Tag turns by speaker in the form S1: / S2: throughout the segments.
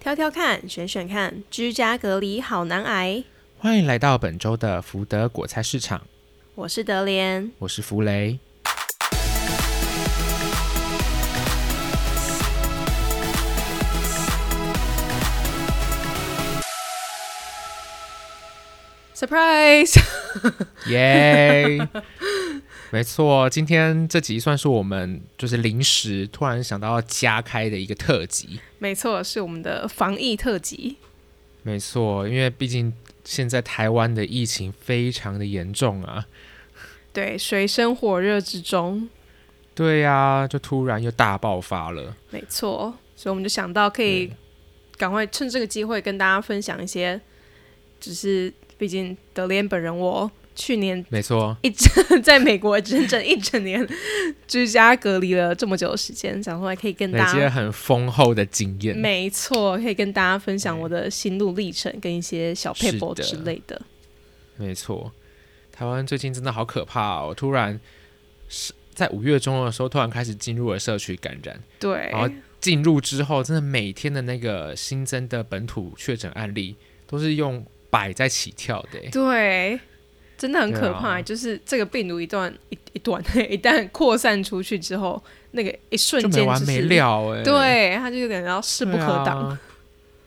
S1: 挑挑看，选选看，居家隔离好难挨。
S2: 欢迎来到本周的福德果菜市场，
S1: 我是德莲，
S2: 我是福雷。
S1: surprise，
S2: 耶、没错，今天这集算是我们就是临时突然想到要加开的一个特辑。
S1: 没错，是我们的防疫特辑。
S2: 没错，因为毕竟现在台湾的疫情非常的严重啊。
S1: 对，水深火热之中，
S2: 对呀、就突然又大爆发了。
S1: 没错，所以我们就想到可以赶快趁这个机会跟大家分享一些，只是毕竟德莲本人我去年
S2: 没错，
S1: 一整 在美国整整一整年居家隔离了这么久的时间，想说还可以跟
S2: 累
S1: 大
S2: 积
S1: 家
S2: 了很丰厚的经验。
S1: 啊没错，可以跟大家分享我的心路历程跟一些小
S2: 是
S1: p a
S2: 的
S1: 之类的。
S2: 没错，台湾最近真的好可怕哦！突然是在五月中的时候，突然开始进入了社区感染，
S1: 对，
S2: 然后进入之后，真的每天的那个新增的本土确诊案例都是用百在起跳的欸耶。
S1: 对，真的很可怕。
S2: 对啊
S1: 就是这个病毒一段一一段 一旦扩散出去之后，那个一瞬
S2: 就
S1: 间、就
S2: 没
S1: 是、
S2: 完没了哎，
S1: 对，它就有点要势
S2: 对啊，
S1: 不可挡。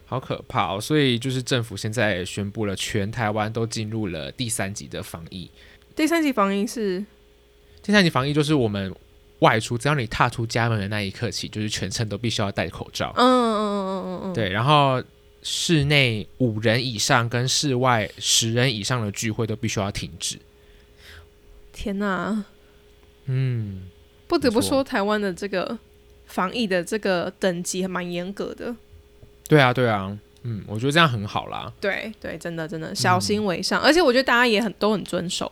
S2: 好可怕哦！所以就是政府现在也宣布了，全台湾都进入了第三级的防疫。
S1: 第三级防疫是
S2: 第三级防疫就是我们外出，只要你踏出家门的那一刻起，就是全程都必须要戴口罩
S1: 嗯。嗯嗯嗯嗯嗯，
S2: 对，然后室内五人以上跟室外十人以上的聚会都必须要停止。
S1: 天哪！
S2: 嗯，
S1: 不得不
S2: 没错
S1: 说，台湾的这个防疫的这个等级还蛮严格的。
S2: 对啊，对啊，嗯，我觉得这样很好啦。
S1: 对对，真的真的小心
S2: 嗯
S1: 为上，而且我觉得大家也很都很遵守，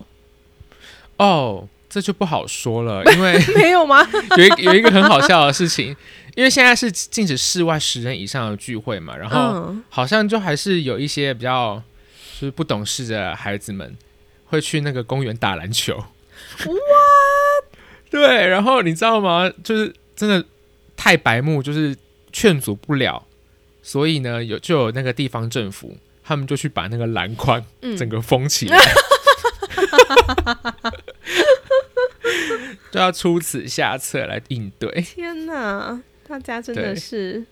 S2: 哦，这就不好说了，因为
S1: 没有吗？
S2: 有一有一个很好笑的事情，因为现在是禁止室外十人以上的聚会嘛，然后
S1: 嗯，
S2: 好像就还是有一些比较就是不懂事的孩子们会去那个公园打篮球。 对，然后你知道吗？就是真的太白目，就是劝阻不了，所以呢，有就有那个地方政府，他们就去把那个篮筐
S1: 嗯
S2: 整个封起来。 就要出此下策来应对。
S1: 天哪，大家真的
S2: 对
S1: 是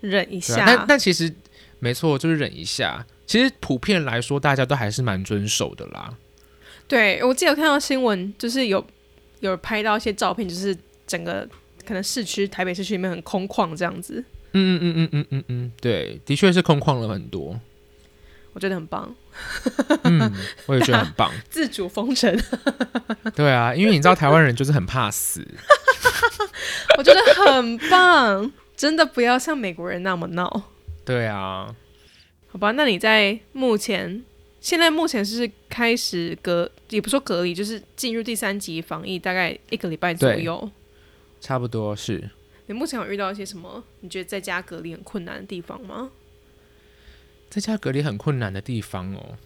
S1: 忍一
S2: 对
S1: 下。
S2: 啊但但其实没错，就是忍一下。其实普遍来说，大家都还是蛮遵守的啦。
S1: 对，我记得有看到新闻，就是有有拍到一些照片，就是整个可能市区台北市区里面很空旷这样子，
S2: 嗯嗯嗯嗯嗯嗯嗯，对，的确是空旷了很多。
S1: 我觉得很棒，
S2: 嗯，我也觉得很 棒。
S1: 自主封城，
S2: 对啊，因为你知道台湾人就是很怕死，
S1: 我觉得很棒，真的不要像美国人那么闹，
S2: 对啊，
S1: 好吧？那你在目前现在目前是开始隔，也不说隔离，就是进入第三级防疫，大概一个礼拜左
S2: 对
S1: 右。
S2: 差不多是。
S1: 你目前有遇到一些什么？你觉得在家隔离很困难的地方吗？
S2: 在家隔离很困难的地方哦，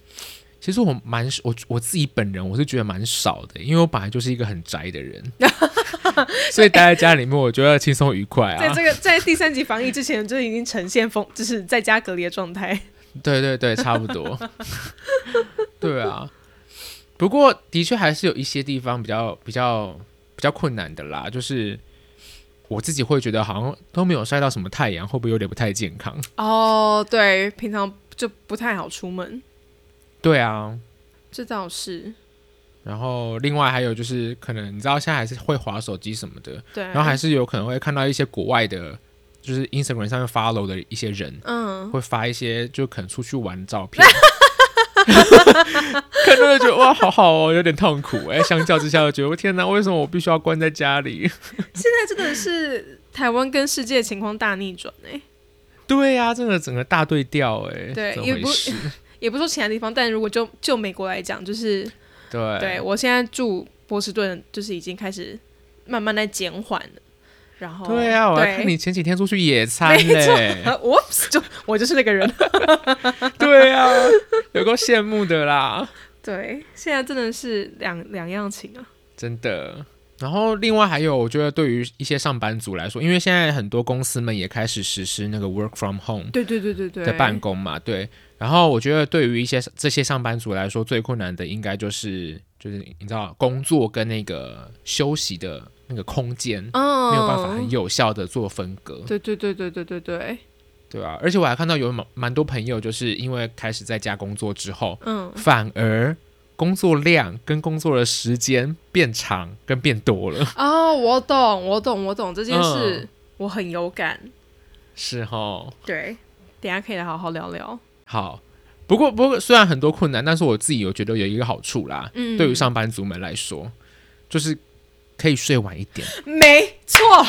S2: 其实我蛮我我自己本人我是觉得蛮少的，因为我本来就是一个很宅的人，所以待在家里面我觉得轻松愉快
S1: 在
S2: 啊。
S1: 这个在第三级防疫之前，就已经呈现封，就是在家隔离的状态。
S2: 对对对，差不多。 对啊，不过的确还是有一些地方比较比较比较困难的啦，就是我自己会觉得好像都没有晒到什么太阳，会不会有点不太健康？
S1: 哦，对，平常就不太好出门，
S2: 对啊，
S1: 这倒是
S2: 然后另外还有就是，可能你知道现在还是会滑手机什么的，
S1: 对。
S2: 然后还是有可能会看到一些国外的，就是 Instagram 上面 follow 的一些人，
S1: 嗯，
S2: 会发一些就可能出去玩的照片。 看到就觉得哇，好好哦，有点痛苦哎、相较之下，就觉得我天哪，为什么我必须要关在家里？
S1: 现在真的是台湾跟世界情况大逆转哎、
S2: 对呀、这个整个大对调哎、
S1: 对
S2: 怎
S1: 也
S2: 么回
S1: 不
S2: 事？
S1: 也不说其他地方，但如果就就美国来讲，就是
S2: 对
S1: 对我现在住波士顿，就是已经开始慢慢在减缓了。然后
S2: 对啊，我还
S1: 对
S2: 看你前几天出去野餐嘞、
S1: 啊，oops，就我就是那个 人。
S2: 对啊，有够羡慕的啦，
S1: 对，现在真的是两两样情啊。
S2: 真的。然后另外还有，我觉得对于一些上班族来说，因为现在很多公司们也开始实施那个 work from home
S1: 对对对对对，
S2: 的办公嘛，对。然后我觉得对于一些这些上班族来说，最困难的应该就是就是你知道工作跟那个休息的那个空间
S1: 嗯，
S2: 没有办法很有效的做分隔，
S1: 对对对对对对对，
S2: 对吧、而且我还看到有蛮蛮多朋友就是因为开始在家工作之后，
S1: 嗯，
S2: 反而工作量跟工作的时间变长跟变多了，
S1: 哦，我懂，我懂，我懂这件事，
S2: 嗯
S1: 我很有感。
S2: 是哈。
S1: 对，等一下可以来好好聊聊。
S2: 好，不过不过虽然很多困难，但是我自己有觉得有一个好处啦，
S1: 嗯，
S2: 对于上班族们来说，就是可以睡晚一 点，
S1: 没错，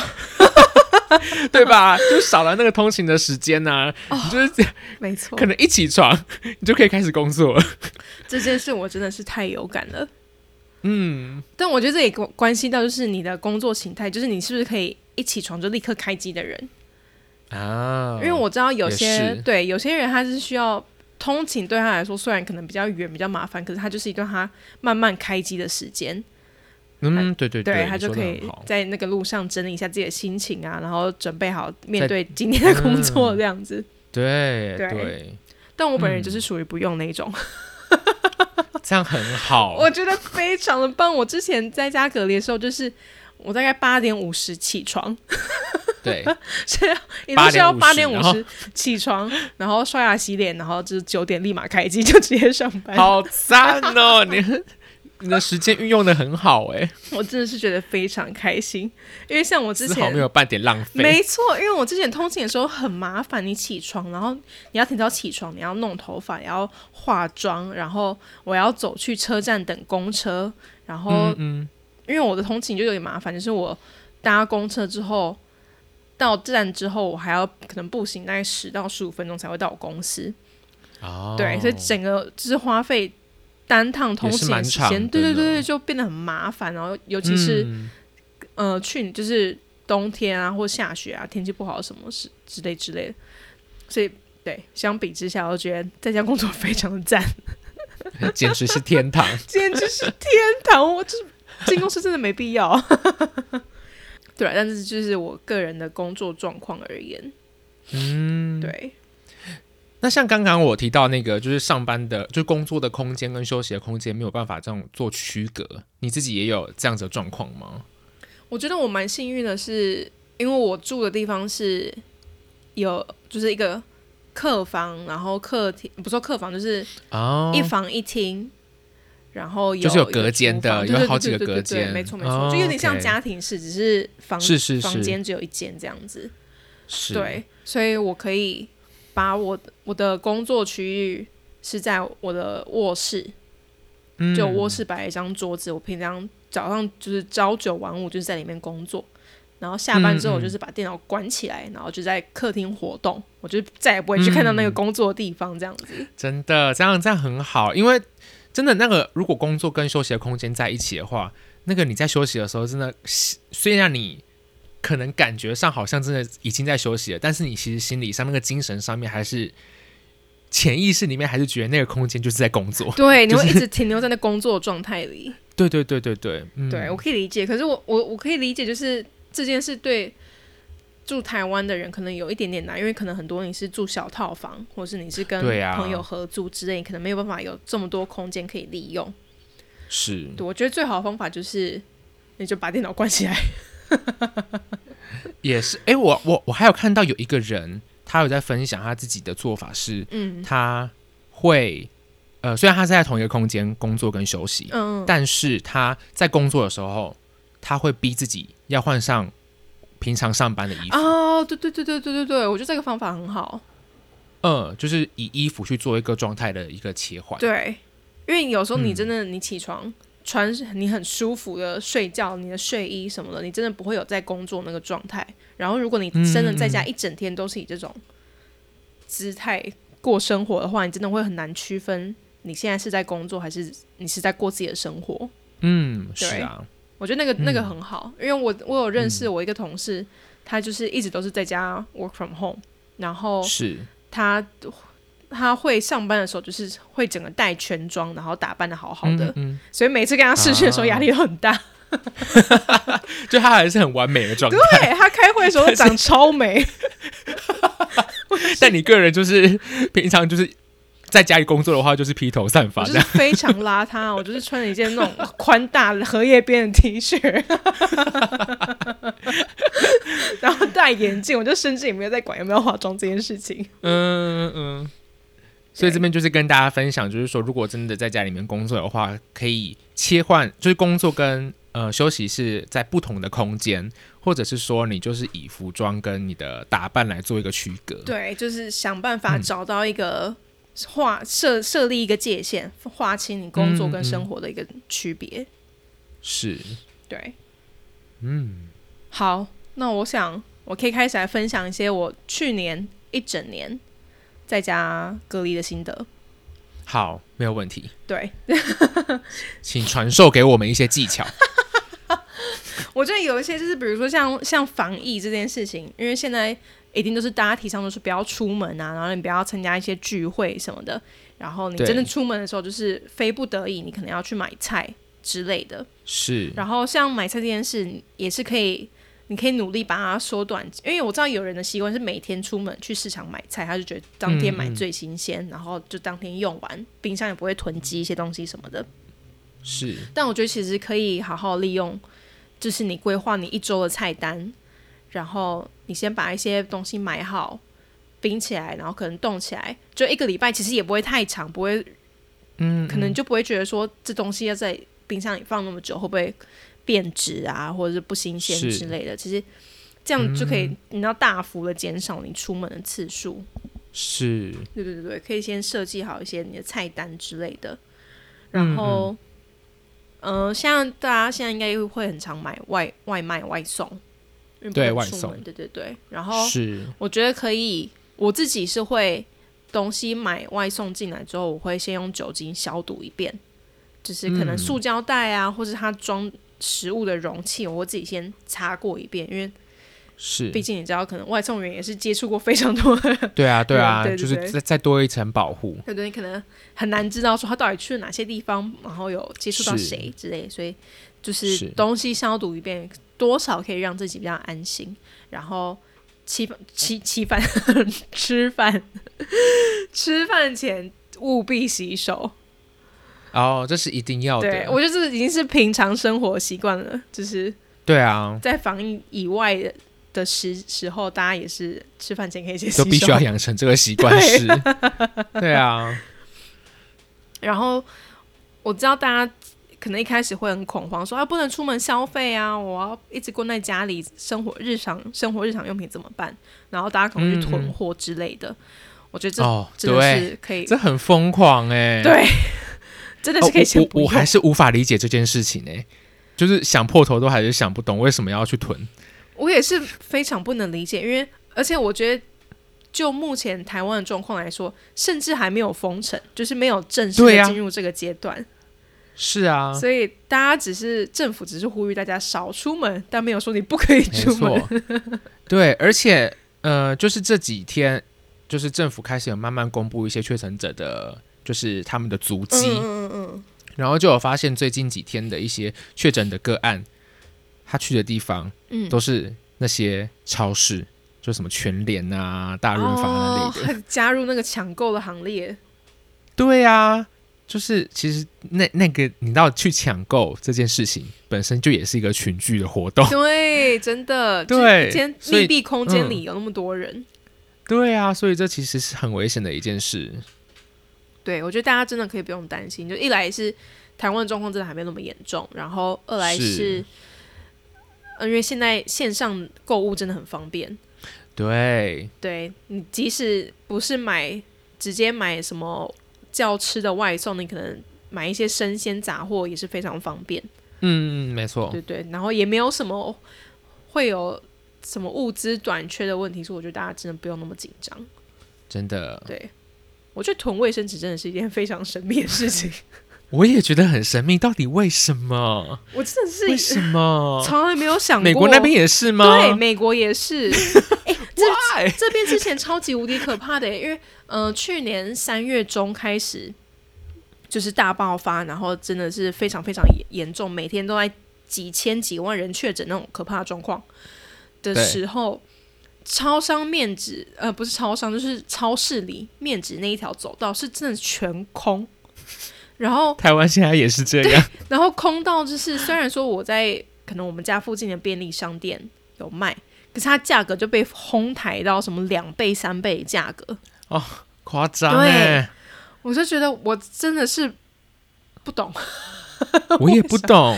S2: 对吧？就少了那个通勤的时间呐、
S1: 哦
S2: 你就是
S1: 没错
S2: 可，能一起床 你就可以开始工作了。
S1: 这件事我真的是太有感了。
S2: 嗯，
S1: 但我觉得这也关关系到就是你的工作形态，就是你是不是可以一起床就立刻开机的人。哦
S2: 啊，
S1: 因为我知道有
S2: 也
S1: 些
S2: 是
S1: 对有些人他是需要通勤，对他来说虽然可能比较远、比较麻烦，可是他就是一段他慢慢开机的时间，
S2: 嗯，对对
S1: 对
S2: 你
S1: 他就
S2: 说
S1: 可
S2: 得很
S1: 以
S2: 好
S1: 在那个路上整理一下自己的心情啊，然后准备好面
S2: 在嗯
S1: 对今天的工作这样子。
S2: 对
S1: 对
S2: 对，
S1: 但我本人
S2: 嗯
S1: 就是属于不用那种，
S2: 这样很好。
S1: 我觉得非常的棒。我之前在家隔离的时候，就是我大概八点五十起床，
S2: 对，
S1: 是要也就是要八点
S2: 8:50
S1: 五
S2: 然后
S1: 十起床，然后刷牙洗脸，然后就是九点立马开机就直接上班。
S2: 好赞哦，你 你的时间运用的很好哎，
S1: 我真的是觉得非常开心，因为像我之
S2: 丝毫
S1: 前
S2: 没有半点浪费。
S1: 没错，因为我之前通勤的时候很麻烦，你起床，然后你要提早起床，你要弄头发，也要化妆，然后我要走去车站等公车，然后、
S2: 嗯嗯，
S1: 因为我的通勤就有点麻烦，就是我搭公车之后到站之后，我还要可能步行大概十到十五分钟才会到我公司，
S2: 哦，
S1: 对，所以整个就是花费单趟通勤
S2: 也
S1: 的
S2: 是
S1: 时
S2: 蛮长
S1: 间，
S2: 的
S1: 对对对
S2: 呢
S1: 对，就变得很麻烦，然后尤其是、
S2: 嗯
S1: 呃去就是冬天啊或下雪啊，天气不好什么事之类之类的，所以对相比之下，我觉得在家工作非常的赞，
S2: 简直是天堂。
S1: 今天就是天堂，我就是进公司真的没必要。 对啊，但是就是我个人的工作状况而言，
S2: 嗯，。
S1: 对，
S2: 那像刚刚我提到那个，就是上班的，就是工作的空间跟休息的空间没有办法这样做区隔，你自己也有这样子的状况吗？
S1: 我觉得我蛮幸运的是，因为我住的地方是有就是一个客房，然后客厅不说客房就是
S2: 哦，
S1: 一房一厅，然后有
S2: 就是有
S1: 一个
S2: 隔间的
S1: 厨房
S2: 有
S1: 对对
S2: 好几个
S1: 对对对
S2: 隔
S1: 对
S2: 间
S1: 没错没
S2: 哦
S1: 错，就有点像
S2: OK
S1: 家庭式，只是房
S2: 是是
S1: 房
S2: 是
S1: 间只有一间这样子。
S2: 是，
S1: 对，所以我可以把我我的工作区域是在我的卧室，
S2: 嗯
S1: 就卧室摆了一张桌子，我平常早上就是朝九晚五就是在里面工作。然后下班之后，我
S2: 嗯嗯
S1: 就是把电脑关起来，然后就在客厅活动，我就再也不会去看到那个
S2: 嗯
S1: 工作的地方这样子。
S2: 真的这样这样很好，因为真的那个如果工作跟休息的空间在一起的话，那个你在休息的时候，真的虽然你可能感觉上好像真的已经在休息了，但是你其实心理上那个精神上面还是潜意识里面还是觉得那个空间就是在工作。
S1: 对，你
S2: 就
S1: 会一直停留在那工作状态里。
S2: 对对对对对，嗯，
S1: 对，我可以理解。可是我我我可以理解，就是这件事对住台湾的人可能有一点点难，因为可能很多你是住小套房，或是你是跟
S2: 对啊
S1: 朋友合租之类，你可能没有办法有这么多空间可以利用。
S2: 是
S1: 对，我觉得最好的方法就是你就把电脑关起来。
S2: 也是。诶，我我我还有看到有一个人，他有在分享他自己的做法是，
S1: 嗯
S2: 他会呃，虽然他是在同一个空间工作跟休息，
S1: 嗯，
S2: 但是他在工作的时候，他会逼自己要换上平常上班的衣服，
S1: 哦，对对对对对对对，我觉得这个方法很好。
S2: 嗯，就是以衣服去做一个状态的一个切换。
S1: 对，因为有时候你
S2: 嗯
S1: 真的你起床。穿你很舒服的睡觉，你的睡衣什么的，你真的不会有在工作那个状态。然后，如果你真的在家
S2: 嗯
S1: 一整天都是以这种姿态过生活的话，你真的会很难区分你现在是在工作还是你是在过自己的生活。
S2: 嗯，是啊，
S1: 我觉得那个
S2: 嗯
S1: 那个很好，因为我我有认识我一个同事，他就是一直都是在家 work from home，然后
S2: 是
S1: 他他会上班的时候就是会整个带全妆，然后打扮的好好的，
S2: 嗯嗯
S1: 所以每次跟他试训的时候
S2: 啊
S1: 压力都很大。
S2: 就他还是很完美的状态。
S1: 对他开会的时候长 超美，
S2: 但你个人就是 平常就是在家里工作的话，就是披头散发
S1: 我
S2: 这
S1: 就
S2: 样
S1: 是。非常邋遢，我就是穿了一件那种宽大的荷叶边的 T 恤，然后戴眼镜，我就甚至也没有在管有没有化妆这件事情。
S2: 嗯嗯。所以这边就是跟大家分享，就是说，如果真的在家里面工作的话，可以切换，就是工作跟呃休息是在不同的空间，或者是说你就是以服装跟你的打扮来做一个区隔。
S1: 对，就是想办法找到一个划设设立一个界限，划清你工作
S2: 嗯
S1: 跟
S2: 嗯
S1: 生活的一个区别。
S2: 是，
S1: 对，嗯，好，那我想我可以开始来分享一些我去年一整年在家隔离的心得。
S2: 好，没有问题，
S1: 对，
S2: 请传授给我们一些技巧。
S1: 我觉得有一些就是，比如说像像防疫这件事情，因为现在一定都是大家提倡都是不要出门啊，然后你不要参加一些聚会什么的，然后你
S2: 对
S1: 真的出门的时候，就是非不得已，你可能要去买菜之类的。
S2: 是，
S1: 然后像买菜这件事，也是可以，你可以努力把它缩短，因为我知道有人的习惯是每天出门去市场买菜，他就觉得当天买
S2: 嗯嗯
S1: 最新鲜，然后就当天用完，冰箱也不会囤积一些东西什么的。
S2: 是，
S1: 但我觉得其实可以好好利用，就是你规划你一周的菜单，然后你先把一些东西买好，冰起来，然后可能冻起来，就一个礼拜其实也不会太长，不会
S2: 嗯，
S1: 可能就不会觉得说这东西要在冰箱里放那么久会不会变质啊，或者是不新鲜
S2: 是嗯
S1: 之类的。其实这样就可以，你要大幅的减少你出门的次数。
S2: 是，
S1: 对对对对，可以先设计好一些你的菜单之类的，
S2: 嗯
S1: 然后。呃，像大家现在应该会很常买外外卖外送，因为不
S2: 对
S1: 会
S2: 外
S1: 出门
S2: 送
S1: 对对对。然后
S2: 是，
S1: 我觉得可以，我自己是会东西买外送进来之后，我会先用酒精消毒一遍，就是可能
S2: 嗯
S1: 塑胶袋啊，或是它装食物的容器，我会自己先擦过一遍，因为
S2: 是，
S1: 毕竟你知道，可能外送员也是接触过非常多的人，
S2: 对啊，对啊，
S1: 嗯对对
S2: 就是
S1: 对
S2: 再再多一层保护。
S1: 很多人可能很难知道说他到底去了哪些地方，然后有接触到
S2: 是
S1: 谁之类，所以就是是东西消毒一遍，多少可以让自己比较安心。然后吃饭吃吃饭吃饭 吃饭前务必洗手，
S2: 哦，这是一定要的。
S1: 对我觉得这已经是平常生活习惯了，就是
S2: 对啊，
S1: 在防疫以外的的时时候，大家也是吃饭前可以先 洗
S2: 就
S1: 手，
S2: 必须要养成这个习惯
S1: 对
S2: 是。对啊，
S1: 然后我知道大家可能一开始会很恐慌，说啊不能出门消费啊，我要一直关在家里，生活日常生活日常用品怎么办？然后大家可能去囤货之类的。我觉得这、
S2: 嗯哦，
S1: 真的
S2: 对，
S1: 是可以，
S2: 这很疯狂哎、
S1: 对，真的
S2: 哦
S1: 是可以先不
S2: 我我我
S1: 用。
S2: 还是无法理解这件事情哎、就是想破头都还是想不懂为什么要去囤。
S1: 我也是非常不能理解，因为而且我觉得。就目前台湾的状况来说，甚至还没有封城，就是没有正式
S2: 对
S1: 的
S2: 啊
S1: 进入这个阶段，
S2: 是啊，
S1: 所以大家只是政府只是呼吁大家少出门，但没有说你不可以
S2: 没
S1: 出门。
S2: 错， 对，而且呃，就是这几天，就是政府开始有慢慢公布一些确诊者的，就是他们的足迹，
S1: 嗯嗯嗯
S2: 然后就有发现最近几天的一些确诊的个案，他去的地方
S1: 嗯，
S2: 都是那些超市，就什么全联啊、大润发那类的。
S1: 哦、加入那个抢购的行列。
S2: 对啊，就是其实那那个你到去抢购这件事情本身就也是一个群聚的活动。
S1: 对，真 的，就
S2: 哦对
S1: 一间
S2: 所以嗯
S1: 密闭空间里有那么多人，
S2: 对啊，所以这其实是很危险的一件事。
S1: 对我觉得大家真的可以不用担心。就一来是台湾的状况真的还没那么严重，然后二来是，
S2: 是
S1: 呃因为现在线上购物真的很方便，
S2: 对，
S1: 对你即使不是买直接买什么叫吃的外送，你可能买一些生鲜杂货也是非常方便。
S2: 嗯，没错，
S1: 对对，然后也没有什么会有什么物资短缺的问题，所以我觉得大家真的不用那么紧张。
S2: 嗯真的，
S1: 对，我觉得囤卫生纸真的是一件非常神秘的事 情，
S2: 我也觉得很神秘，到底为什么？
S1: 我真的
S2: 为
S1: 是
S2: 什 么？
S1: 从来没有想过。
S2: 美国那边也是吗？
S1: 对，美国也 是。哎、
S2: Why？
S1: 这这边之前超级无敌可怕的，因为呃，去年三月中开始就是大爆发，然后真的是非常非常严严重，每天都在几千几万人确诊那种可怕的状况的
S2: 对
S1: 时候，超商面纸呃不是超商，就是超市里面纸那一条走道是真的全空，然后
S2: 台湾现在也是这样，
S1: 然后空到就是，虽然说我在可能我们家附近的便利商店有卖，可是它价格就被哄抬到什么两倍、三倍的价格，
S2: 夸张
S1: 对
S2: 哎，
S1: 我就觉得我真的是不 懂。
S2: 我也不懂，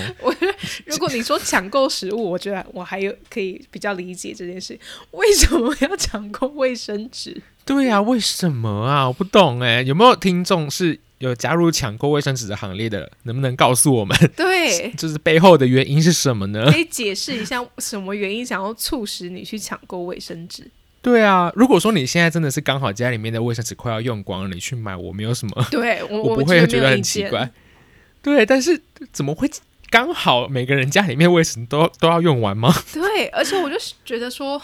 S1: 如果你说抢购食物，我觉得我还有可以比较理解这件事，为什么要抢购卫生 纸？
S2: 对呀、为什么啊？我不懂哎，有没有听众是有加入抢购卫生纸的行列的？能不能告诉我们，，
S1: 对
S2: 就是背后的原因是什么呢
S1: 可？以解释一下什么原因想要促使你去抢购卫生纸？
S2: 对啊，如果说你现在真的是刚好家里面的卫生纸快要用光了，你去买，我没有什么，
S1: 对我，
S2: 我不
S1: 觉
S2: 会
S1: 得
S2: 觉
S1: 没
S2: 得
S1: 有
S2: 很
S1: 意
S2: 奇
S1: 见。
S2: 怪。对，但是怎么会刚好每个人家里面卫生纸都都要用完吗？
S1: 对，而且我就是觉得说，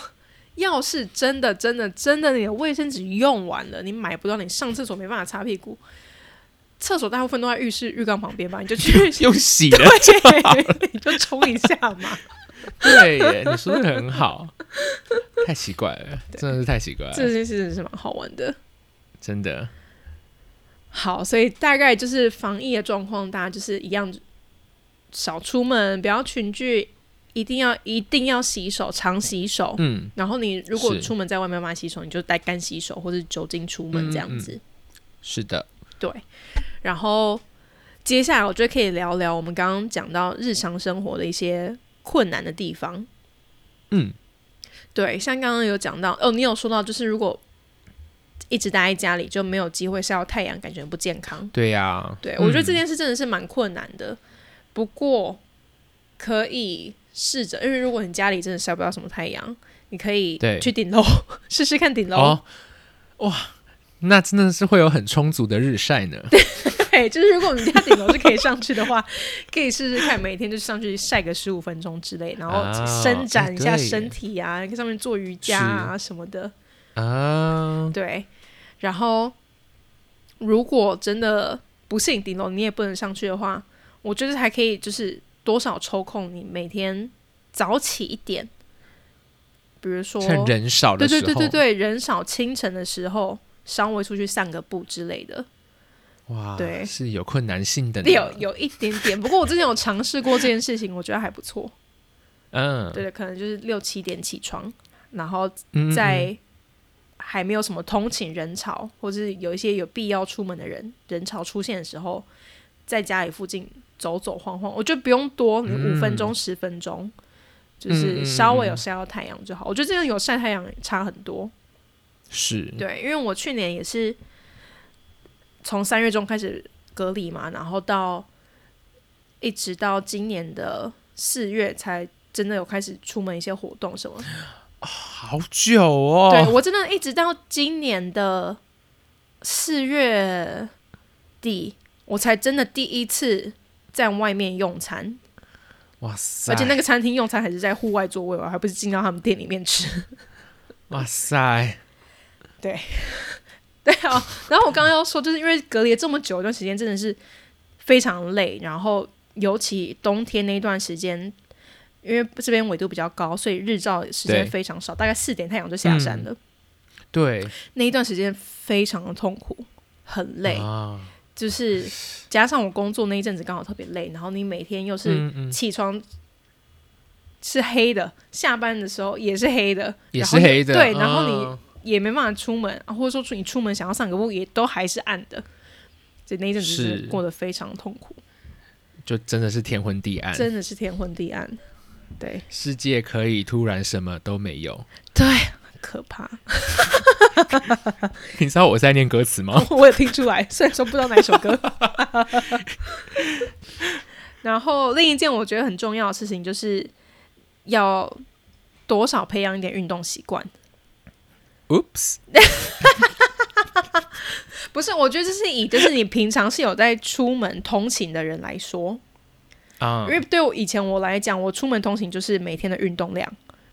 S1: 要是真的、真的、真的，你的卫生纸用完了，你买不到，你上厕所没办法擦屁股，厕所大部分都在浴室浴缸旁边吧，你就去
S2: 用洗的，
S1: 对，你就冲一下 嘛，
S2: 对耶，你说的很好， 太奇怪了，真的是太奇怪
S1: 这
S2: 了，
S1: 件事情是蛮好玩的。
S2: 真的。
S1: 好，所以大概就是防疫的状况，大家就是一样，少出门，不要群聚，一定要一定要洗手，常洗手。
S2: 嗯，
S1: 然后你如果
S2: 是
S1: 出门在外面买洗手，你就带干洗手或者酒精出
S2: 嗯
S1: 门这样子。
S2: 是的，
S1: 对，然后接下来我觉得可以聊聊我们刚刚讲到日常生活的一些困难的地方。
S2: 嗯，
S1: 对，像刚刚有讲到哦，你有说到就是如果一直待在家里就没有机会晒到太阳，感觉不健康。
S2: 对呀、
S1: 对，我觉得这
S2: 嗯
S1: 件事真的是蛮困难的，不过可以试着，因为如果你家里真的晒不到什么太阳，你可以
S2: 对
S1: 去顶楼 试试看顶楼。
S2: 哦，哇，那真的是会有很充足的日晒呢。
S1: 对，就是如果我们家顶楼是可以上去的话，可以试试看，每天就上去晒个十五分钟之类，然后
S2: 哦
S1: 伸展一下
S2: 哎对耶
S1: 身体啊，在上面做瑜伽啊什么的。
S2: 啊，
S1: 对，然后如果真的不幸顶楼你也不能上去的话，我觉得还可以就是多少抽空，你每天早起一点，比如说
S2: 趁人少
S1: 对
S2: 的时
S1: 对
S2: 候，
S1: 对对对，人少清晨的时候稍微出去散个步之类的。
S2: 哇，
S1: 对
S2: 是有困难性的呢，
S1: 有有一点点，不过我之前有尝试过这件事情，我觉得还不错。
S2: 嗯，
S1: 对的，可能就是六七点起床，然后
S2: 嗯，嗯
S1: 在还没有什么通勤人潮，或是有一些有必要出门的人人潮出现的时候，在家里附近走走晃晃，我觉得不用多，你
S2: 嗯
S1: 五分钟十分钟，就
S2: 嗯嗯
S1: 是
S2: 嗯
S1: 稍微有晒到太阳就好。我觉得这个有晒太阳差很多。
S2: 是，
S1: 对，因为我去年也是从三月中开始隔离嘛，然后到一直到今年的四月才真的有开始出门一些活动什么。
S2: 好久哦，
S1: 对我真的一直到今年的四月底，我才真的第一次在外面用餐，
S2: 哇塞，
S1: 而且那个餐厅用餐还是在户外座位哦，还不是进到他们店里面吃。
S2: 哇塞，
S1: 对啊，然后我刚刚要说，就是因为隔离了这么久一段时间，真的是非常累。然后尤其冬天那段时间，因为这边纬度比较高，所以日照时间
S2: 对嗯
S1: 非常少，大概四点太阳就下山了。
S2: 对，
S1: 那一段时间非常的痛苦，很累，
S2: 啊，
S1: 就是加上我工作那一阵子刚好特别累，然后你每天又是
S2: 嗯嗯，
S1: 起床。是黑的，下班的时候也是黑的，
S2: 也
S1: 然
S2: 是
S1: 后又
S2: 黑的，
S1: 对，然后你
S2: 嗯
S1: 也没办法出门，啊、或者说你出门想要散个步，也都还是暗的。所以那一阵子真
S2: 是
S1: 的过得非常痛苦，
S2: 就真的是天昏地暗，
S1: 真的是天昏地暗，对，
S2: 世界可以突然什么都没有。
S1: 很可 怕。
S2: 你知道我在念歌词 吗？
S1: 我有听出来，虽然说不知道哪一首歌。 然后另一件我觉得很重要的事情就是要多少培养一点运动习惯。
S2: Oops，
S1: 不是，我觉得这是以就是你平常是有在出门通勤的人来说，
S2: 啊
S1: 因，为对我以前我来讲，我出门通勤就是每天的运动量，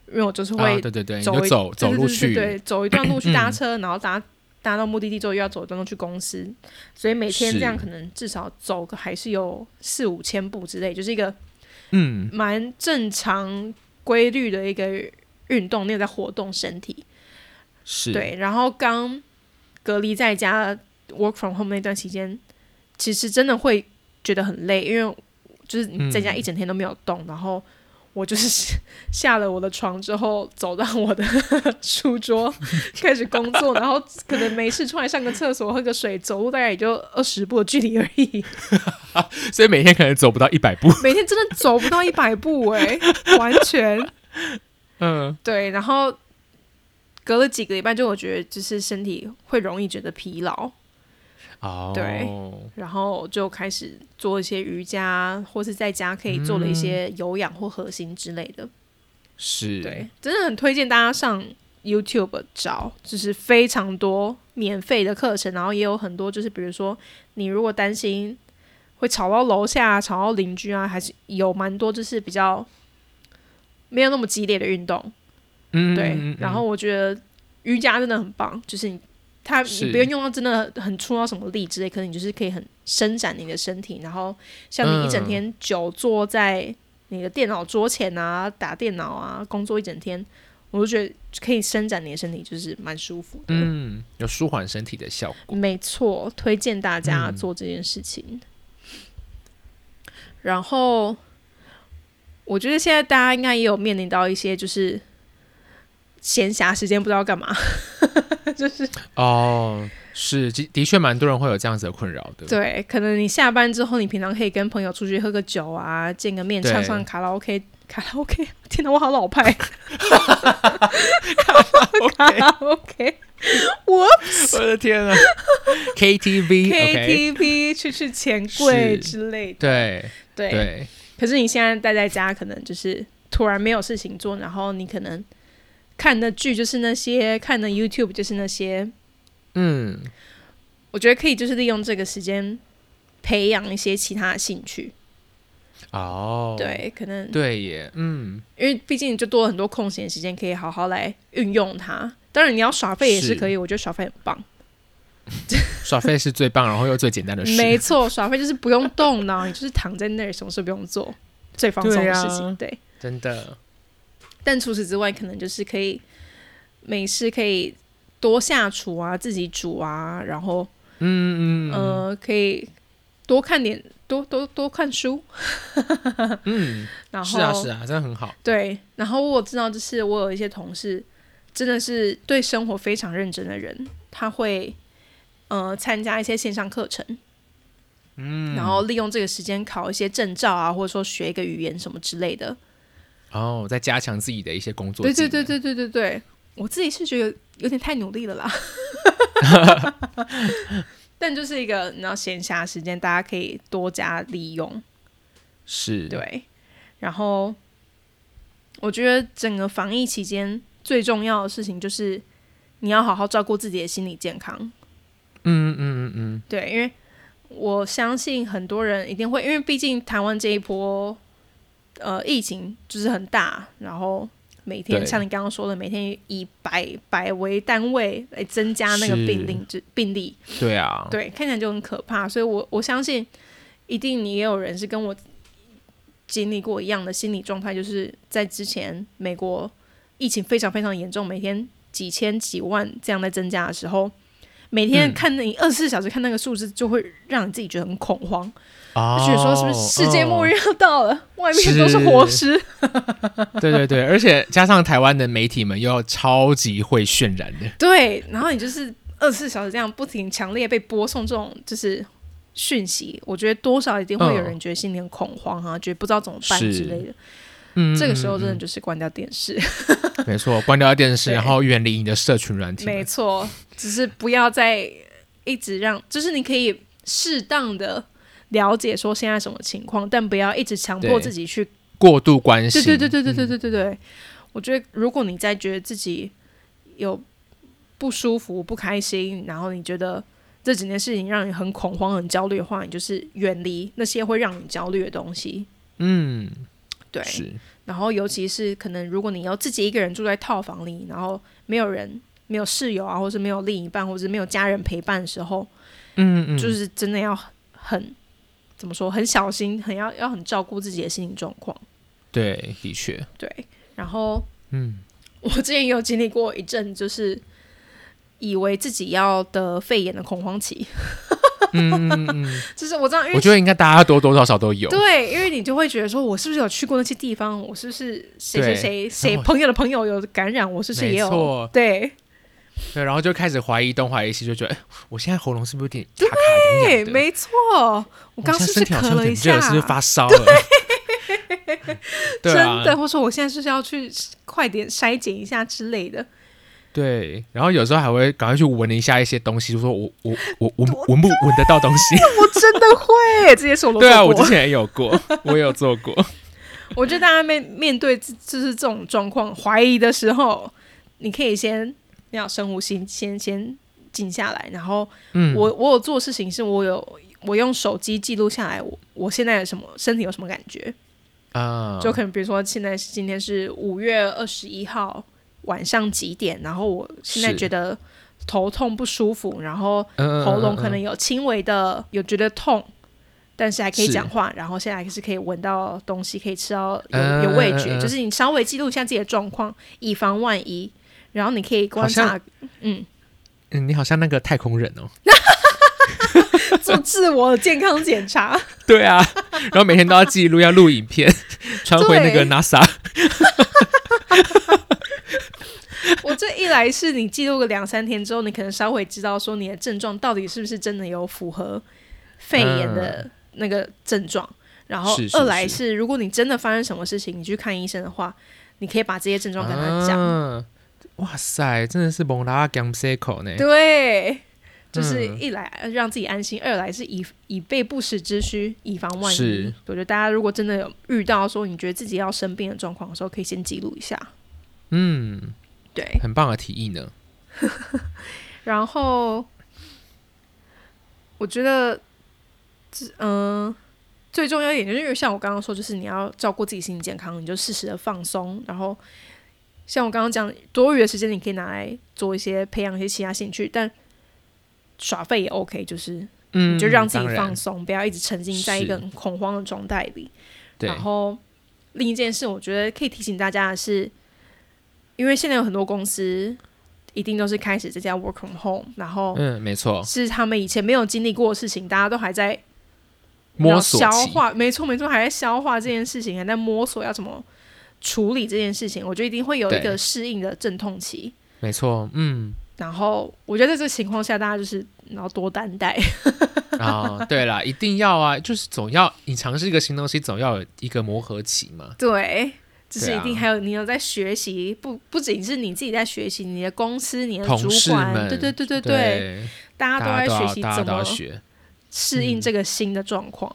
S1: 因为我就是
S2: 啊
S1: 会
S2: 对对对，你
S1: 走
S2: 就
S1: 一
S2: 走走
S1: 对
S2: 路
S1: 对对对
S2: 去，嗯
S1: 对，走一段路去搭车，然后搭搭到目的地之后又要走一段路去公司，所以每天
S2: 是
S1: 这样可能至少走个还是有四五千步之类，就是一个
S2: 嗯，
S1: 蛮正常规律的一个运动，你有在活动身体。
S2: 是，
S1: 对，然后刚隔离在家 work from home 那段期间，其实真的会觉得很累，因为就是你在家
S2: 嗯
S1: 一整天都没有动，然后我就是 下了我的床之后，走到我的 书桌开始工作，然后可能没事出来上个厕所、喝个水，走路大概也就二十步的距离而已，
S2: 所以每天可能走不到一百步。
S1: 每天真的走不到一百步哎、完全。
S2: 嗯，
S1: 对，然后隔了几个礼拜，就我觉得就是身体会容易觉得疲劳，
S2: 哦，
S1: 对然后就开始做一些瑜伽，或是在家可以做的一些有氧或核心之类的。
S2: 是，
S1: 对，真的很推荐大家上 YouTube 找，就是非常多免费的课程，然后也有很多就是比如说你如果担心会吵到楼下啊、吵到邻居啊，还是有蛮多就是比较没有那么激烈的运动。
S2: 嗯，
S1: 对，
S2: 嗯嗯
S1: 然后我觉得瑜伽真的很棒，就是你它
S2: 是
S1: 你不用用到真的很出到什么力之类，可能你就是可以很伸展你的身体，然后像你一整
S2: 嗯
S1: 天久坐在你的电脑桌前啊，打电脑啊，工作一整天，我就觉得可以伸展你的身体，就是蛮舒服的。
S2: 嗯，有舒缓身体的效果。
S1: 没错，推荐大家
S2: 嗯
S1: 做这件事情。然后，我觉得现在大家应该也有面临到一些就是闲暇时间不知道干嘛，就是
S2: 哦，是，的的确蛮多人会有这样子的困扰的。，
S1: 对，可能你下班之后，你平常可以跟朋友出去喝个酒啊，见个面，
S2: 对
S1: 唱唱卡拉 OK，卡 拉 OK，天哪，我好老派， 卡拉 OK，我
S2: 我的天 啊，KTV，OK，
S1: KTV 去去钱柜
S2: 是
S1: 之类的，
S2: 对对，
S1: 可是你现在待在家，可能就是突然没有事情做，然后你可能看的剧就是那些，看的 YouTube 就是那些。
S2: 嗯，
S1: 我觉得可以就是利用这个时间培养一些其他的兴趣。
S2: 哦，
S1: 对，可能
S2: 对耶，嗯，
S1: 因为毕竟你就多了很多空闲时间，可以好好来运用它。当然，你要耍废也是
S2: 是
S1: 可以，我觉得耍废很棒。
S2: 耍废是最棒，然后又最简单的事。
S1: 没错，耍废就是不用动脑，你就是躺在那儿，什么事不用做，最放松
S2: 对
S1: 的
S2: 啊
S1: 事情。对，
S2: 真的，
S1: 但除此之外，可能就是可以没事可以多下厨啊，自己煮啊，然后
S2: 嗯嗯嗯
S1: 呃，可以多看点，多多多看书，
S2: 嗯，
S1: 然后
S2: 是啊是啊，真的很好。
S1: 对，然后我知道，就是我有一些同事真的是对生活非常认真的人，他会呃参加一些线上课程，
S2: 嗯，
S1: 然后利用这个时间考一些证照啊，或者说学一个语言什么之类的，
S2: 哦，再加强自己的一些工作。
S1: 对对对，对对对对，我自己是觉得有点太努力了啦。但就是一个你知道闲暇时间，大家可以多加利用。
S2: 是，
S1: 对，然后我觉得整个防疫期间最重要的事情就是你要好好照顾自己的心理健康。
S2: 嗯嗯嗯嗯，
S1: 对，因为我相信很多人一定会，因为毕竟台湾这一波呃疫情就是很大，然后每天
S2: 对
S1: 像你刚刚说的，每天以百百为单位来增加那个
S2: 是
S1: 病例之病例，
S2: 对啊，
S1: 对，看起来就很可怕。所以我我相信，一定你也有人是跟我经历过一样的心理状态，就是在之前美国疫情非常非常严重，每天几千几万这样在增加的时候，每天
S2: 嗯
S1: 看那你二十四小时看那个数字，就会让你自己觉得很恐慌，
S2: 哦，
S1: 就觉得说是不是世界末日
S2: 哦？
S1: 要到了，外面都是活尸。
S2: 对对对，而且加上台湾的媒体们又超级会渲染的，
S1: 对，然后你就是二十四小时这样不停强烈被播送这种就是讯息，我觉得多少一定会有
S2: 嗯
S1: 人觉得心里很恐慌啊，觉得不知道怎么办
S2: 是
S1: 之类的。
S2: 嗯，
S1: 这个时候真的
S2: 嗯
S1: 就是关掉电 视，
S2: 嗯没错，关掉电视，
S1: 对
S2: 然后远离你的社群软体 们，
S1: 没错，只是不要再一直让，就是你可以适当的了解说现在什么情况，但不要一直强迫
S2: 对
S1: 自己去。
S2: 过度关心，
S1: 对对对对对
S2: 嗯
S1: 对对对对，我觉得如果你在觉得自己有不舒服、不开心，然后你觉得这几件事情让你很恐慌、很焦虑的话，你就是远离那些会让你焦虑的东西。
S2: 嗯，
S1: 对，
S2: 是，
S1: 然后尤其是可能如果你要自己一个人住在套房里，然后没有人、没有室友啊，或是没有另一半，或是没有家人陪伴的时候，
S2: 嗯嗯，
S1: 就是真的要很怎么说，很小心，很要要很照顾自己的心理状况。
S2: 对，的确，
S1: 对，然后
S2: 嗯，
S1: 我之前也有经历过一阵，就是以为自己要得肺炎的恐慌期，
S2: 嗯
S1: 就是我知道，因为
S2: 我觉得应该大家多多少少都有。
S1: 对，因为你就会觉得说，我是不是有去过那些地方？我是不是谁谁
S2: 对
S1: 谁
S2: 然
S1: 谁
S2: 后
S1: 朋友的朋友有感染？我是不是
S2: 没
S1: 也有
S2: 错？
S1: 对
S2: 对，然后就开始怀疑东怀疑西，就觉得哎，我现在喉咙是不是有点卡卡痒
S1: 对，
S2: 痒的？
S1: 没错。我
S2: 我
S1: 刚
S2: 现
S1: 是
S2: 在
S1: 不是
S2: 身体好
S1: 咳
S2: 像有
S1: 了
S2: 点
S1: 一下？
S2: 热，是不是发 烧了？ 对啊
S1: 真的，，或者说我现在是不是要去快点筛检一下之类的？
S2: 对。然后有时候还会赶快去闻一下一些东西，就说我我我我闻不闻得到东西？
S1: 我真的会，这些 是我都
S2: 对啊，
S1: 做
S2: 我
S1: 过
S2: 之前也有过，我也有做 过。
S1: 我觉得大家面面对自就是这种状况怀疑的时候，你可以先你要深呼吸，先先静下来。然后
S2: 嗯，
S1: 我我有做事情是我有我用手机记录下来我我现在有什么身体有什么感觉，
S2: 啊，
S1: 就可能比如说现在是今天是五月二十一号晚上几点，然后我现在
S2: 是
S1: 觉得头痛不舒服，然后
S2: 嗯
S1: 喉咙可能
S2: 嗯嗯
S1: 有轻微的有觉得痛，但是还可以
S2: 是
S1: 讲话，然后现在还是可以闻到东西，可以吃到有
S2: 嗯
S1: 有味
S2: 嗯
S1: 觉，
S2: 嗯嗯
S1: 就是你稍微记录一下自己的状况，以防万一。然后你可以观察
S2: 好嗯你好像那个太空人哦。
S1: 做自我健康检查，
S2: 对啊，然后每天都要记录，要录影片，传回那个
S1: 对
S2: NASA。
S1: 我这一来是你记录个两三天之后，你可能稍微知道说你的症状到底是不是真的有符合肺炎的那个症状。然后
S2: 嗯是是
S1: 二来
S2: 是
S1: 是，如果你真的发生什么事情，你去看医生的话，你可以把这些症状跟他讲。
S2: 啊哇塞，真的是蒙拉 g a m s e c o 呢？
S1: 对，就是
S2: 嗯
S1: 一来呃让自己安心，二来是以以备不时之需，以防万一
S2: 是。
S1: 我觉得大家如果真的有遇到说你觉得自己要生病的状况的时候，可以先记录一下。
S2: 嗯，
S1: 对，
S2: 很棒的提议呢。
S1: 然后我觉得，这嗯、最重要一点就是，因为像我刚刚说，就是你要照顾自己心理健康，你就适时的放松。然后，像我刚刚讲，多余的时间你可以拿来做一些培养一些其他兴趣，但耍废也 OK，就是
S2: 嗯，
S1: 你就让自己
S2: 当然
S1: 放松，不要一直沉浸在一个
S2: 是
S1: 很恐慌的状态里。
S2: 对，
S1: 然后另一件事，我觉得可以提醒大家的是，因为现在有很多公司一定都是开始在家 work from home，然后
S2: 嗯，没错，
S1: 是他们以前没有经历过的事情，大家都还在
S2: 摸索
S1: 消
S2: 期
S1: 化，没错没错，还在消化这件事情，还在摸索要怎么处理这件事情。我觉得一定会有一
S2: 对
S1: 个适应的阵痛期。
S2: 没错，嗯，
S1: 然后我觉得在这个情况下，大家就是然后多担待，
S2: 啊， 对啦，一定要啊，就是总要你尝试一个新东西，总要有一个磨合期嘛。
S1: 对，就是
S2: 对
S1: 一
S2: 啊
S1: 定还有你有在学习，不不仅是你自己在学习，你的公司、你的
S2: 同
S1: 主
S2: 事
S1: 管，
S2: 们，
S1: 对对对对对，
S2: 对，
S1: 大家都在
S2: 都
S1: 学
S2: 要
S1: 习
S2: 大家
S1: 怎
S2: 都要
S1: 么
S2: 学，嗯哦
S1: 适应这个新的状况。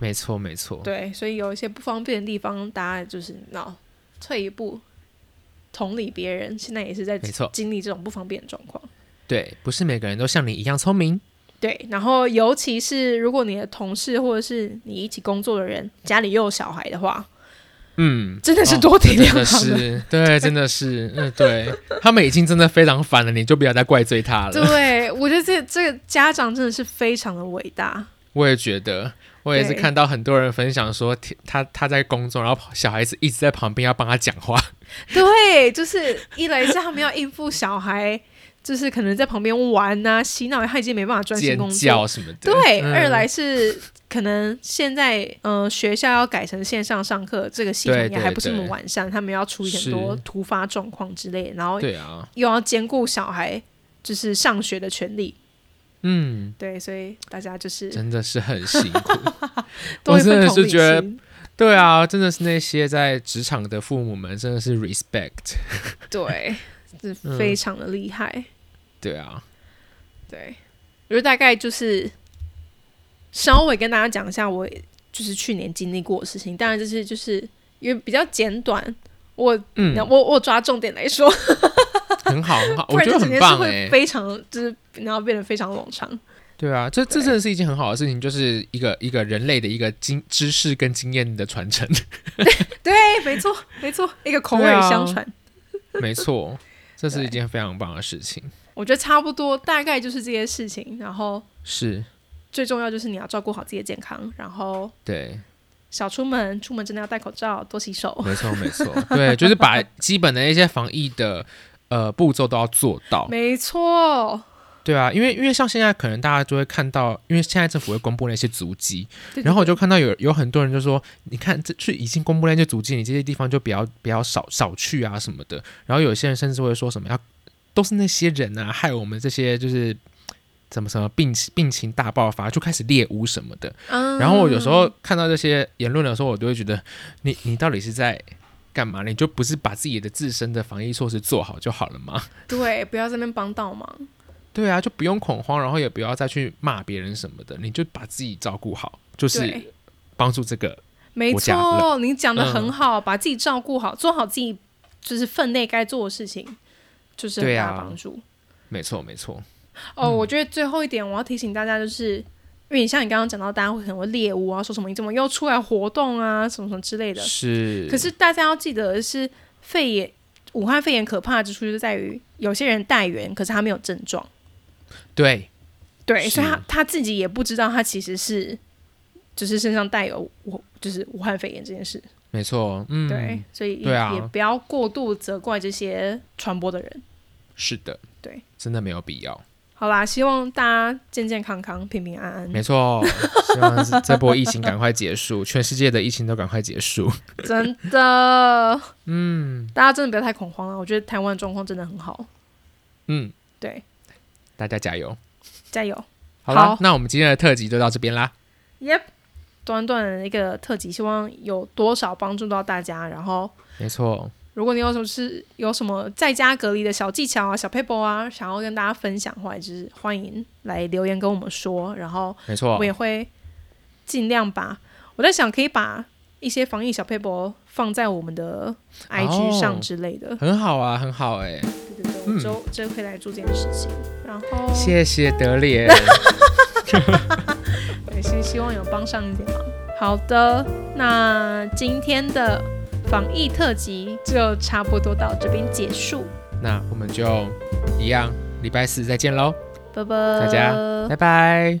S2: 没错没错，
S1: 对，所以有一些不方便的地方，大家就是那退一步，同理别人，现在也是在
S2: 没错
S1: 经历这种不方便的状况。
S2: 对，不是每个人都像你一样聪明，
S1: 对，然后尤其是如果你的同事或者是你一起工作的人家里又有小孩的话，
S2: 嗯，
S1: 真的是
S2: 哦
S1: 多
S2: 这
S1: 体
S2: 真
S1: 谅
S2: 的
S1: 他们。
S2: 是，对，真的是，嗯，对，他们已经真的非常烦了，你就不要再怪罪他了。
S1: 对，我觉得这这个家长真的是非常的伟大。
S2: 我也觉得，我也是
S1: 对
S2: 看到很多人分享说，天他他在工作，然后小孩子一直在旁边要帮他讲 话，
S1: 对，就是一来是他们要应付小孩，就是可能在旁边玩呐、洗脑，他已经没办法专心
S2: 尖
S1: 工作。
S2: 叫什么的。
S1: 对，
S2: 嗯
S1: 二来是可能现在嗯、呃学校要改成线上上课，这个系统
S2: 对
S1: 也
S2: 对
S1: 还不是那么
S2: 对
S1: 完善，他们要处理很
S2: 是
S1: 多突发状况之类的，然后
S2: 对啊，
S1: 又要兼顾小孩就是上学的权利。
S2: 嗯，
S1: 对，所以大家就是
S2: 真的是很辛苦。
S1: 多一份
S2: 我真的
S1: 同理
S2: 是觉得
S1: 心。
S2: 对啊，真的是那些在职场的父母们，真的是 respect。
S1: 对，是
S2: 嗯
S1: 非常的厉害。
S2: 对啊，
S1: 对，我觉得大概就是稍微跟大家讲一下我就是去年经历过的事情。当然，这是就是因为比较简短，我、
S2: 嗯，
S1: 我我抓重点来说，
S2: 很好，很好，
S1: 不
S2: 我
S1: 然
S2: 觉
S1: 这
S2: 得
S1: 整
S2: 很
S1: 件事
S2: 棒
S1: 会
S2: 哎、
S1: 非常就是然后变得非常冗长。
S2: 对啊，这这真的是一件很好的事情，就是一个一个人类的一个经知识跟经验的传承。
S1: 对，哎没错，没错，一个口耳
S2: 对啊
S1: 相传。
S2: 没错，这是
S1: 对
S2: 一件非常棒的事情。
S1: 我觉得差不多，大概就是这些事情。然后
S2: 是，
S1: 最重要就是你要照顾好自己的健康，然后
S2: 对，
S1: 少出门，出门真的要戴口罩，多洗手。
S2: 没错没错，对，就是把基本的一些防疫的呃步骤都要做到。
S1: 没错，
S2: 对啊，因为因为像现在可能大家就会看到，因为现在政府会公布那些足迹，
S1: 对
S2: 然后我就看到有有很多人就说，你看这去已经公布那些足迹，你这些地方就比较比较少少去啊什么的。然后有些人甚至会说什么要啊都是那些人啊，害我们这些就是怎么什么病情病情大爆发，就开始猎巫什么的。
S1: 嗯
S2: 然后我有时候看到这些言论的时候，我都会觉得，你你到底是在干嘛？你就不是把自己的自身的防疫措施做好就好了吗？
S1: 对，不要在那边帮倒忙。
S2: 对啊，就不用恐慌，然后也不要再去骂别人什么的，你就把自己照顾好，就是
S1: 对，
S2: 帮助这个。
S1: 没
S2: 我讲了
S1: 错，你讲的
S2: 嗯
S1: 很好，把自己照顾好，做好自己就是分内该做的事情，就是很
S2: 对
S1: 大
S2: 啊嗯
S1: 的帮助。
S2: 没错，没错，
S1: 哦，我觉得最后一点我要提醒大家就是，因为你像你刚刚讲到，大家会可能会猎物啊，说什么你怎么又出来活动啊，什么什么之类的。
S2: 是。
S1: 可是大家要记得的是，肺炎武汉肺炎可怕之处就在于有些人带源，可是他没有症状，
S2: 对
S1: 对，
S2: 是
S1: 所以他他自己也不知道他其实是就是身上带有武就是武汉肺炎这件事，
S2: 没错，嗯，
S1: 对，，所以也,、
S2: 对啊
S1: 也不要过度责怪这些传播的人。
S2: 是的，
S1: 对，
S2: 真的没有必要。
S1: 好啦，希望大家健健康康、平平安安。
S2: 没错，希望是这波疫情赶快结束，全世界的疫情都赶快结束。
S1: 真的，嗯，大家真的不要太恐慌了。我觉得台湾的状况真的很好，
S2: 嗯，
S1: 对，
S2: 大家加油！
S1: 加油。
S2: 好啦，
S1: 好
S2: 那我们今天的特辑就到这边啦。
S1: Yep，短短的一个特辑，希望有多少帮助到大家。然后，
S2: 没错，
S1: 如果你有什么是有什么在家隔离的小技巧啊、小 paper 啊，想要跟大家分享的话，就是欢迎来留言跟我们说。然后，
S2: 没错
S1: 我，也会尽量把我在想可以把一些防疫小 paper 放在我们的 IG 上
S2: 哦
S1: 之类的。
S2: 很好啊，很好哎、
S1: 对对对，我周周会来做这件事情，然后
S2: 谢谢德烈，
S1: 对，希希望有帮上一点忙。好的，那今天的防疫特辑就差不多到这边结束，
S2: 那我们就一样，礼拜四再见喽，
S1: 拜拜，
S2: 大家拜拜。